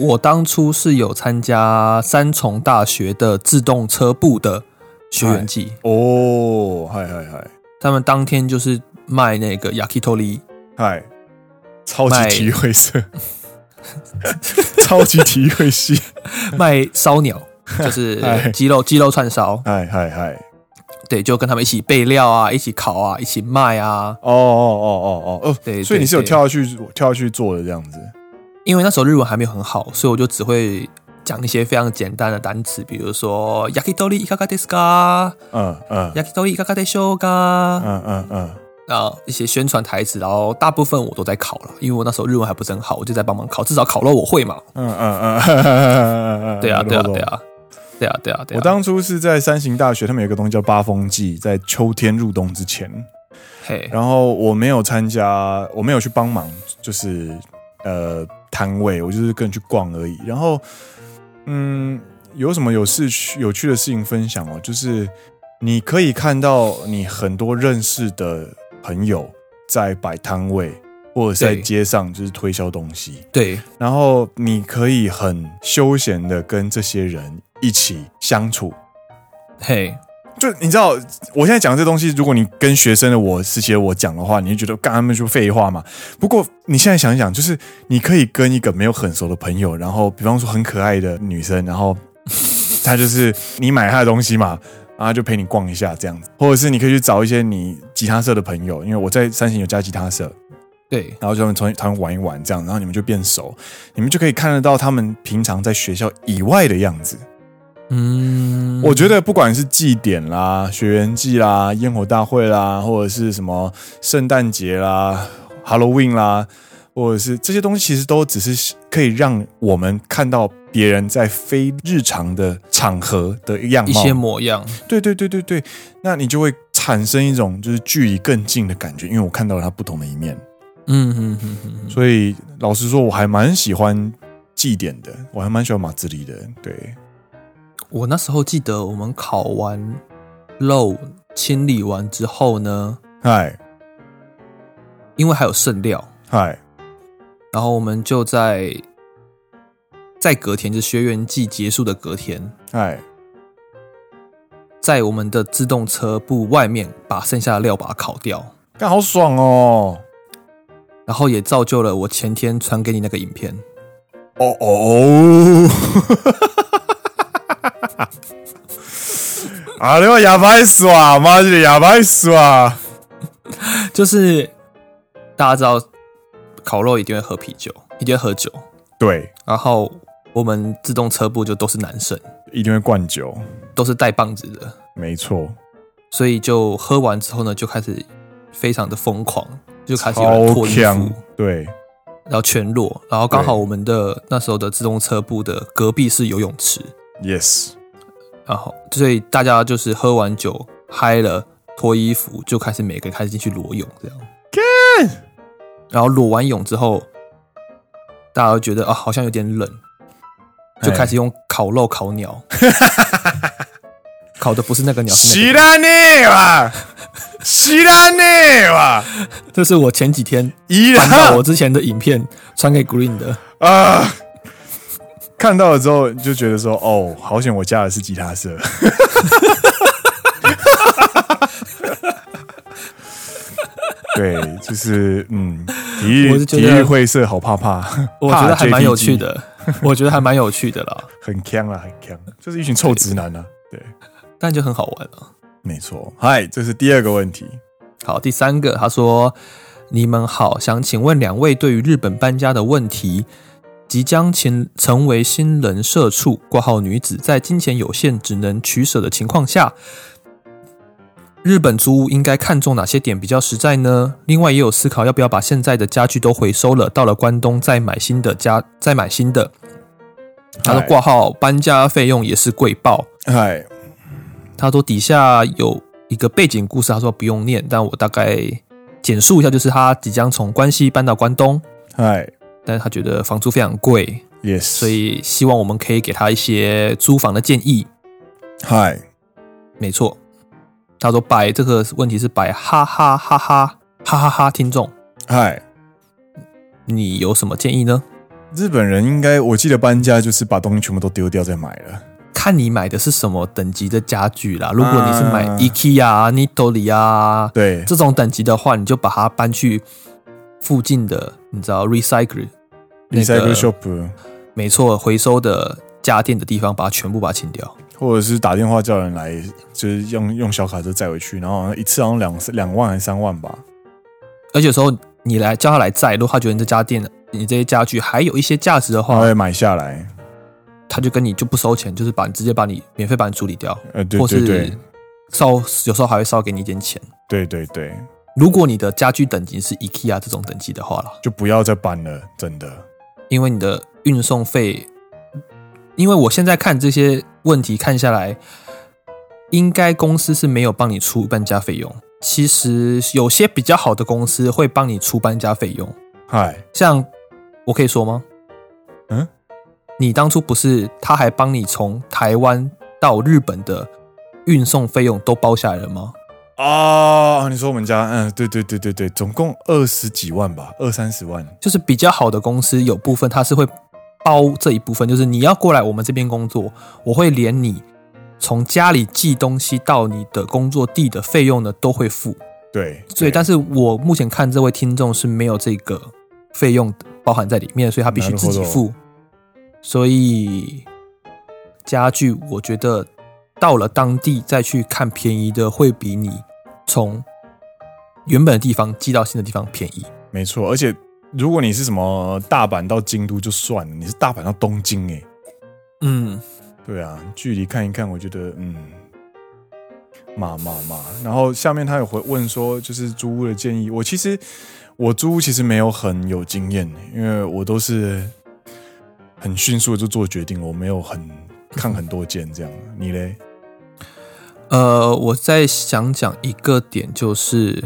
B: 我当初是有参加三重大学的自动车部的学员
A: 哎
B: 季，
A: 哦，嗨嗨嗨
B: 他们当天就是卖那个 yakitori， [laughs]
A: 嗨，超级
B: 卖
A: 体育会社， [laughs] 超级体育会系，
B: 卖
A: [laughs]
B: 烧鸟，就是
A: 哎
B: 鸡肉鸡肉串烧。
A: 嗨嗨嗨，
B: 对，就跟他们一起备料啊，一起烤啊，一起卖啊。
A: 哦哦哦哦哦哦，
B: 对
A: 所以你是有
B: 对对
A: 跳下去跳下去做的这样子，
B: 因为那时候日文还没有很好，所以我就只会讲一些非常简单的单词，比如说 yakitori いかがですか
A: 嗯嗯
B: ，yakitori いかがでしょうか，
A: 嗯嗯嗯，
B: 啊，一些宣传台词，然后大部分我都在烤了，因为我那时候日文还不是很好，我就在帮忙烤，至少烤肉我会嘛。
A: 嗯嗯嗯，
B: 对啊，对啊，对
A: 啊。
B: 啊，对啊，对啊，对啊。
A: 我当初是在三行大学，他们有一个东西叫八风季，在秋天入冬之前，
B: 嘿，
A: 然后我没有参加，我没有去帮忙，就是呃摊位，我就是跟着去逛而已。然后，嗯，有什么有事趣有趣的事情分享哦？就是你可以看到你很多认识的朋友在摆摊位，或者是在
B: 对
A: 街上就是推销东西。
B: 对
A: 然后你可以很休闲的跟这些人一起相处。
B: 嘿，
A: 就你知道，我现在讲这东西，如果你跟学生的我、实习的我讲的话，你就觉得干他们就废话嘛。不过你现在想一想，就是你可以跟一个没有很熟的朋友，然后比方说很可爱的女生，然后 [laughs] 她就是你买她的东西嘛，然后她就陪你逛一下这样子，或者是你可以去找一些你吉他社的朋友，因为我在三型有加吉他社，
B: 对
A: 然后就他们从他们玩一玩这样，然后你们就变熟，你们就可以看得到他们平常在学校以外的样子。
B: 嗯，
A: 我觉得不管是祭典啦、学员祭啦、烟火大会啦，或者是什么圣诞节啦、Halloween 啦，或者是这些东西，其实都只是可以让我们看到别人在非日常的场合的样
B: 一
A: 貌
B: 些。模样，
A: 对对对对对，那你就会产生一种就是距离更近的感觉，因为我看到了他不同的一面。
B: 嗯嗯嗯嗯，
A: 所以老实说，我还蛮喜欢祭典的，我还蛮喜欢马自立的。对，
B: 我那时候记得我们烤完肉清理完之后呢，
A: 嗨
B: 因为还有剩料，
A: 嗨，
B: 然后我们就在在隔天，就是学员季结束的隔天，
A: 嗨，
B: 在我们的自动车部外面把剩下的料把它烤掉。
A: 干好爽哦！
B: 然后也造就了我前天传给你那个影片。 [laughs]
A: 哦哦，啊，你妈哑巴一死哇！妈的哑巴一死哇！
B: 就是大家知道，烤肉一定会喝啤酒，一定会喝酒。
A: 对，
B: 然后我们自动车部就都是男生，
A: 一定会灌酒，
B: 都是带棒子的，
A: 没错，
B: 所以就喝完之后呢，就开始非常的疯狂，就开始有人
A: 超
B: 脱衣服
A: 强，，对，
B: 然后全裸，然后刚好
A: 对
B: 我们的那时候的自动车部的隔壁是游泳池，
A: Yes，
B: 然后所以大家就是喝完酒嗨了，脱衣服就开始每个人开始进去裸泳这样。然后裸完泳之后，大家都觉得啊好像有点冷，
A: 哎
B: 就开始用烤肉
A: [laughs]
B: 烤鸟，烤的不是那个鸟，是那
A: 知
B: 个。
A: らねえわ，知らねえわ，
B: 这是我前几天
A: 依
B: 看到我
A: 然
B: 之前的影片传给 Green
A: [laughs]
B: 的，
A: 啊。看到了之后就觉得说，哦，好险我加的是吉他社。 [laughs] 对，就是嗯，体
B: 我
A: 育
B: 是觉
A: 体
B: 得
A: 育会社好怕怕， [laughs]
B: 我觉
A: 怕
B: 得还蛮有
A: JPG
B: 趣，的，我觉得还蛮有趣的啦，
A: 很强啦，很强，就是一群臭直男啊。对，
B: 但就很好玩啊。
A: 没错。嗨，这是第二个问题。
B: 好，第三个，他说：“你们好，想请问两位对于日本搬家的问题，即将成成为新人社畜（挂号女子）在金钱有限、只能取舍的情况下，日本租屋应该看重哪些点比较实在呢？另外，也有思考要不要把现在的家具都回收了，到了关东再买新的家，再买新的。”他说：“
A: 嗨
B: 挂号搬家费用也是贵爆。”
A: 嗨，
B: 他说底下有一个背景故事，他说不用念，但我大概简述一下，就是他即将从关西搬到关东，
A: 嗨
B: 但是他觉得房租非常贵，
A: ，yes，
B: 所以希望我们可以给他一些租房的建议。
A: 嗨，
B: 没错，他说摆这个问题是摆哈哈哈哈哈哈哈，听众，
A: 嗨，
B: 你有什么建议呢？
A: 日本人应该，我记得搬家就是把东西全部都丢掉再买了。
B: 看你买的是什么等级的家具啦。如果你是买
A: 啊
B: IKEA 啊、n i t o r i 啊，
A: 对，
B: 这种等级的话，你就把它搬去附近的，你知道 recycle 那
A: recycle
B: 个
A: shop，
B: 没错，回收的家电的地方，把它全部把它清掉。
A: 或者是打电话叫人来，就是用用小卡车载回去，然后好像一次好像两两万还是三万吧。
B: 而且有时候你来叫他来载，如果他觉得你这家店、你这些家具还有一些价值的
A: 他
B: 话，
A: 会买下来。
B: 他就跟你就不收钱，就是把你直接把你免费把你处理掉，
A: 呃，对
B: 或
A: 对
B: 是
A: 对
B: 烧有时候还会烧给你一点钱。
A: 对对对，
B: 如果你的家具等级是 IKEA 这种等级的话啦，
A: 就不要再搬了，真的。
B: 因为你的运送费，因为我现在看这些问题看下来，应该公司是没有帮你出搬家费用。其实有些比较好的公司会帮你出搬家费用，
A: 嗨，
B: 像我可以说吗？
A: 嗯，
B: 你当初不是他还帮你从台湾到日本的运送费用都包下来了吗？
A: 啊，你说我们家，嗯，对对对对对，总共二十几万吧，二三十万。
B: 就是比较好的公司有部分它是会包这一部分，就是你要过来我们这边工作，我会连你从家里寄东西到你的工作地的费用呢都会付。
A: 对，
B: 所以，但
A: 是
B: 是我目前看这位听众是没有这个费用包含在里面，所以他必须自己
A: なるほ
B: 付。所以家具，我觉得到了当地再去看便宜的，会比你从原本的地方寄到新的地方便宜。
A: 没错，而且如果你是什么大阪到京都就算了，你是大阪到东京、欸，
B: 嗯，
A: 对啊，距离看一看，我觉得嗯，嘛嘛嘛。然后下面他有回问说，就是租屋的建议。我其实我租屋其实没有很有经验，欸因为我都是很迅速的就做决定了，我没有很看很多间这样。你嘞？
B: 呃，我再想讲一个点，就是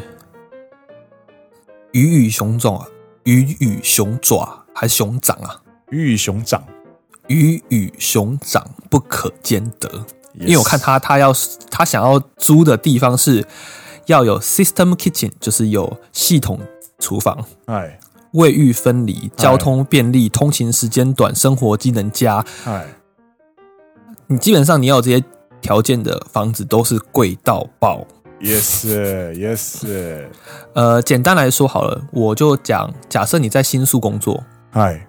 B: 鱼与熊掌啊，鱼与熊爪还是熊掌啊，
A: 鱼与熊掌
B: 鱼与熊掌不可兼得。
A: ，yes，
B: 因为我看他，他要他想要租的地方是要有 system kitchen，就是有系统厨房，
A: 哎
B: 卫浴分离，
A: 哎
B: 交通便利，通勤时间短，生活机能佳。
A: 哎，
B: 你基本上你要有这些条件的房子都是贵到爆。
A: Yes, [laughs] yes， [laughs]
B: 呃，简单来说好了，我就讲，假设你在新宿工作，
A: 嗨，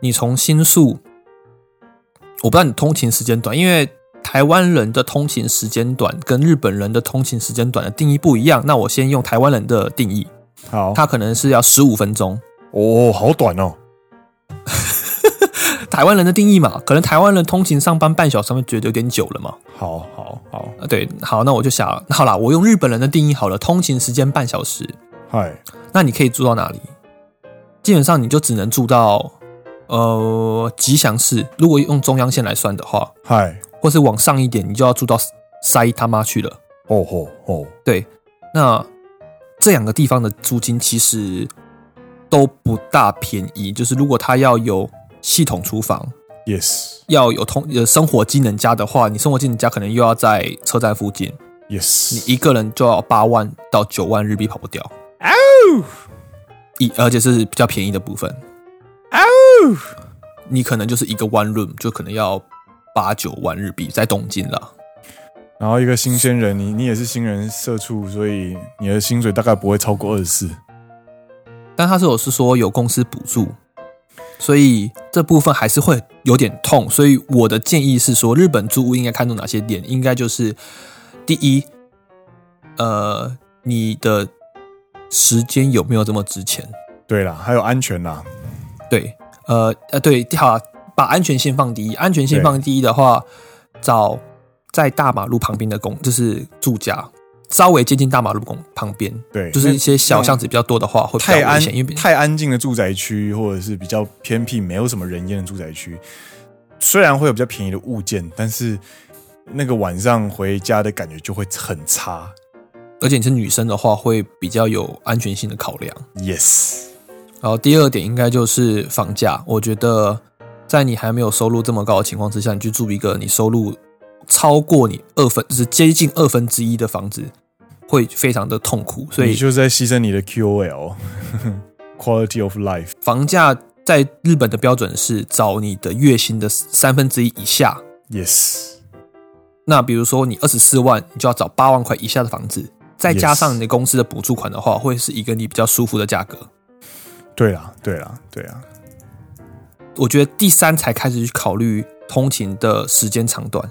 B: 你从新宿，呃我不知道你通勤时间短，因为台湾人的通勤时间短跟日本人的通勤时间短的定义不一样。那我先用台湾人的定义，
A: 好，
B: 他可能是要十五分钟，
A: 哦，好短哦，
B: 台湾人的定义嘛，可能台湾人通勤上班半小时，会觉得有点久了嘛。
A: 好好好，
B: 呃对，好，那我就想，好啦，我用日本人的定义好了，通勤时间半小时，
A: 嗨，
B: 那你可以住到哪里？基本上你就只能住到呃吉祥寺，如果用中央线来算的话，
A: 嗨，
B: 或是往上一点，你就要住到塞他妈去了。
A: 哦吼吼，
B: 对，那这两个地方的租金其实都不大便宜，就是如果他要有系统厨房，
A: ，yes
B: 要有通呃生活机能家的话，你生活机能家可能又要在车站附近，你
A: yes，
B: 一个人就要八万到九万日币跑不掉。
A: 啊呜
B: 一而且是比较便宜的部分。
A: 啊呜
B: 你可能就是一个 one room 就可能要八九万日币，在东京啦。
A: 然后一个新鲜人，你你也是新人社畜，所以你的薪水大概不会超过二十四。
B: 但他是有是说有公司补助，所以这部分还是会有点痛。所以我的建议是说，日本租屋应该看重哪些点？应该就是第一，呃，你的时间有没有这么值钱？
A: 对啦，还有安全啦，
B: 对，呃呃，对，好啊，把安全性放第一。安全性
A: 对
B: 放第一的话，找在大马路旁边的公，就是住家，稍微接近大马路公旁边，
A: 对，
B: 就是一些小
A: 那
B: 巷子比较多的话，会比较
A: 太
B: 危
A: 安
B: 险，因为
A: 太安静的住宅区，或者是比较偏僻、没有什么人烟的住宅区，虽然会有比较便宜的物件，但是那个晚上回家的感觉就会很差。
B: 而且你是女生的话，会比较有安全性的考量。
A: Yes，
B: 然后第二点应该就是房价，我觉得在你还没有收入这么高的情况之下，你去住一个你收入超过你二分，就是接近二分之一的房子，会非常的痛苦。所以
A: 你就是在牺牲你的 [laughs] QOL，quality of life。
B: 房价在日本的标准是找你的月薪的三分之一以下。
A: Yes，
B: 那比如说你二十四万，你就要找八万块以下的房子，再
A: Yes
B: 加上你的公司的补助款的话，会是一个你比较舒服的价格。
A: 对啦，对啦，对啊啦，
B: 我觉得第三才开始去考虑通勤的时间长短，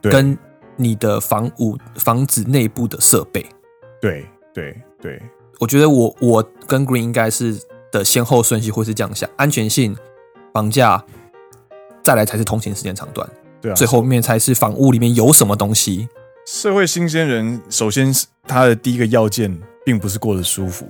A: 对
B: 跟你的房屋房子内部的设备。
A: 对对对，
B: 我觉得我我跟 Green 应该是的先后顺序会是这样想：安全性、房价，再来才是通勤时间长短。
A: 对啊，
B: 最后面才是房屋里面有什么东西。
A: 社会新鲜人，首先是他的第一个要件，并不是过得舒服，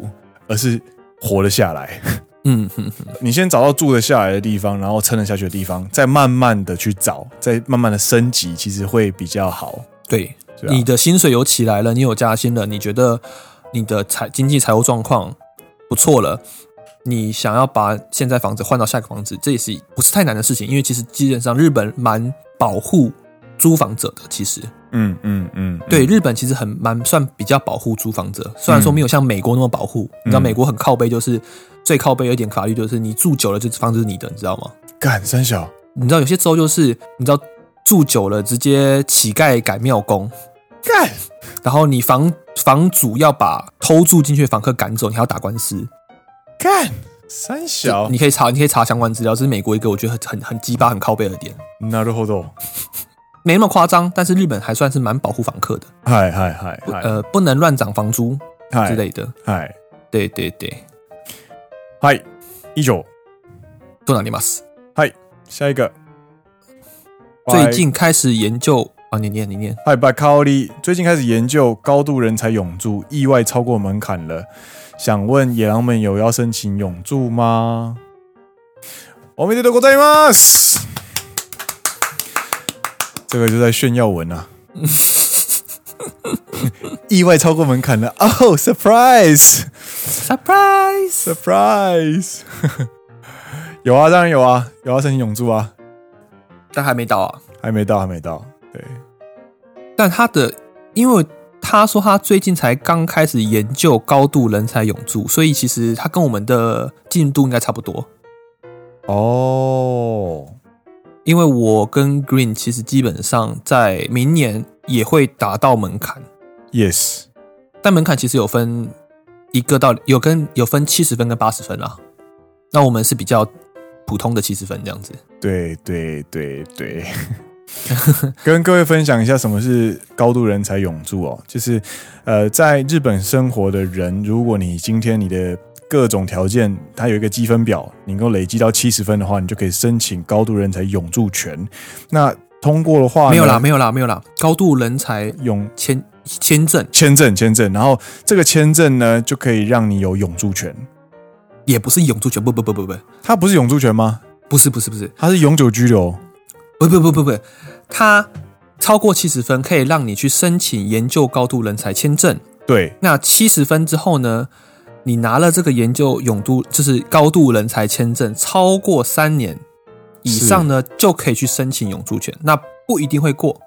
A: 而是活得下来。 [laughs]
B: 嗯哼哼，
A: 你先找到住得下来的地方，然后撑得下去的地方，再慢慢的去找，再慢慢的升级，其实会比较好。
B: 对，
A: 对啊
B: 你的薪水有起来了，你有加薪了，你觉得你的财经济财务状况不错了，你想要把现在房子换到下一个房子，这也是不是太难的事情？因为其实基本上日本蛮保护租房者的，其实
A: 嗯嗯嗯，
B: 对日本其实很蛮算比较保护租房者，虽然说
A: 嗯
B: 没有像美国那么保护，嗯你知道美国很靠背，就是最靠背有一点法律就是你住久了，这房子是你的，你知道吗？
A: 干三小，
B: 你知道有些州就是你知道住久了直接乞丐改庙工，
A: 干
B: 然后你房房主要把偷住进去的房客赶走，你还要打官司。
A: 干三小，
B: 你可以查，你可以查相关资料，这是美国一个我觉得很很很鸡巴很靠背的点，
A: なるほど。
B: 没那么夸张，但是日本还算是蛮保护房客的，
A: 嗨嗨嗨嗨
B: 呃，不能乱涨房租之
A: 嗨
B: 类的。
A: 嗨
B: 对对对，
A: 嗨，以上，
B: 多拿里马斯
A: 下一个。
B: 最近开始研究啊，你念你
A: [laughs]
B: 念，
A: 嗨，拜卡奥利，最近开始研究高度人才永住，意外超过门槛了。想问野狼们有要申请永住吗？おめでとうございます。这个就在炫耀文啊！意外超过门槛了，哦、s u r p r i [laughs] s e
B: surprise，
A: surprise！有啊，当然有啊，有要申请永住啊，
B: 但还没到啊。
A: 还没到，还没到，对，
B: 但他的，因为他说他最近才刚开始研究高度人才永驻，所以其实他跟我们的进度应该差不多。
A: 哦、
B: 因为我跟 Green 其实基本上在明年也会达到门槛，
A: Yes，
B: 但门槛其实有分一个到有跟有分七十分跟八十分啦。那我们是比较普通的七十分这样子。
A: 对对对对， [laughs] 跟各位分享一下什么是高度人才永驻哦，就是呃，在日本生活的人，如果你今天你的各种条件，它有一个积分表，你能够累积到七十分的话，你就可以申请高度人才永驻权。那通过的话呢，
B: 没有啦，没有啦，没有啦，高度人才
A: 永
B: 签签证
A: 签证签证，然后这个签证呢，就可以让你有永驻权。
B: 也不是永驻权，不不不不不，
A: 它不是永驻权吗？
B: 不是不是不是，
A: 它是永久居留。
B: 不不不不不，它超过七十分可以让你去申请研究高度人才签证。
A: 对
B: 那七十分之后呢，你拿了这个研究永度就是高度人才签证，超过三年以上呢，就可以去申请永住权。那不一定会过，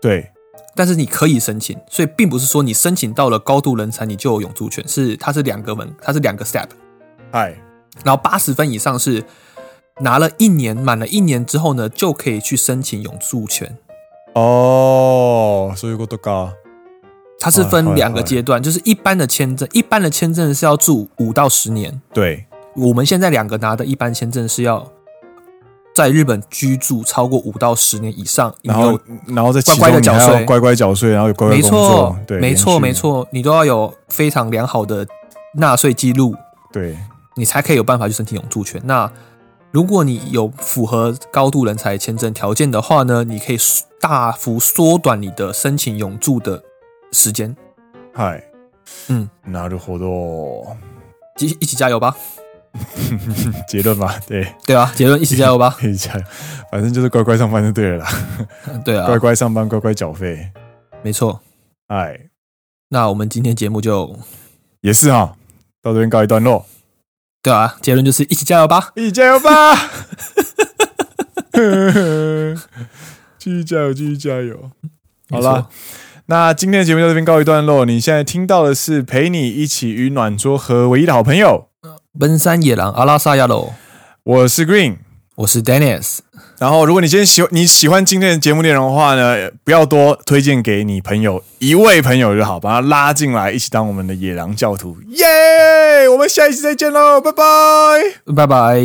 A: 对，
B: 但是你可以申请，所以并不是说你申请到了高度人才你就有永住权，是它是两个门，它是两个 step。
A: 嗨，
B: 然后八十分以上是拿了一年，满了一年之后呢，就可以去申请永住权。
A: 哦，所以我都高。
B: 它是
A: 好
B: 分
A: 嘞
B: 两个
A: 好嘞
B: 阶段，就是一般的签证，一般的签证是要住五到十年，
A: 对
B: 我们现在两个拿的一般签证是要在日本居住超过五到十年以上，你
A: 然后
B: 有
A: 然后在其中
B: 乖乖地
A: 你还
B: 缴税
A: 要乖乖缴税，然后有乖乖
B: 没
A: 工作
B: 错，，
A: 对，
B: 没
A: 连
B: 错，
A: 续
B: 没，错，你都要有非常良好的纳税记录，
A: 对
B: 你才可以有办法去申请永住权。那如果你有符合高度人才签证条件的话呢，你可以缩大幅缩短你的申请永住的时间。
A: 嗨，
B: 嗯，
A: なるほど，
B: 一一起加油吧，
A: 结论吧，对，
B: 对啊，结论一起加油吧， [laughs]
A: 可以加油，反正就是乖乖上班就对了啦，
B: 对
A: [laughs]
B: 啊
A: 乖，乖上班，乖乖缴费，
B: 没错。
A: 哎，
B: 那我们今天节目就
A: 也是哈，到这边告一段落，
B: 对啊，结论就是一起加油吧。
A: 一起加油吧， [laughs] 继续加油，继续加油。好
B: 没错
A: 啦，那今天的节目到这边告一段落。你现在听到的是陪你一起与暖桌和唯一的好朋友，
B: 奔山野狼阿拉萨亚喽，
A: 我是 Green。
B: 我是 Dennis，
A: 然后，如果你今天喜你喜欢今天的节目内容的话呢，呃不要多推荐给你朋友一位朋友就好，把他拉进来一起当我们的野狼教徒。耶！我们下一期再见喽，拜拜。
B: 拜拜。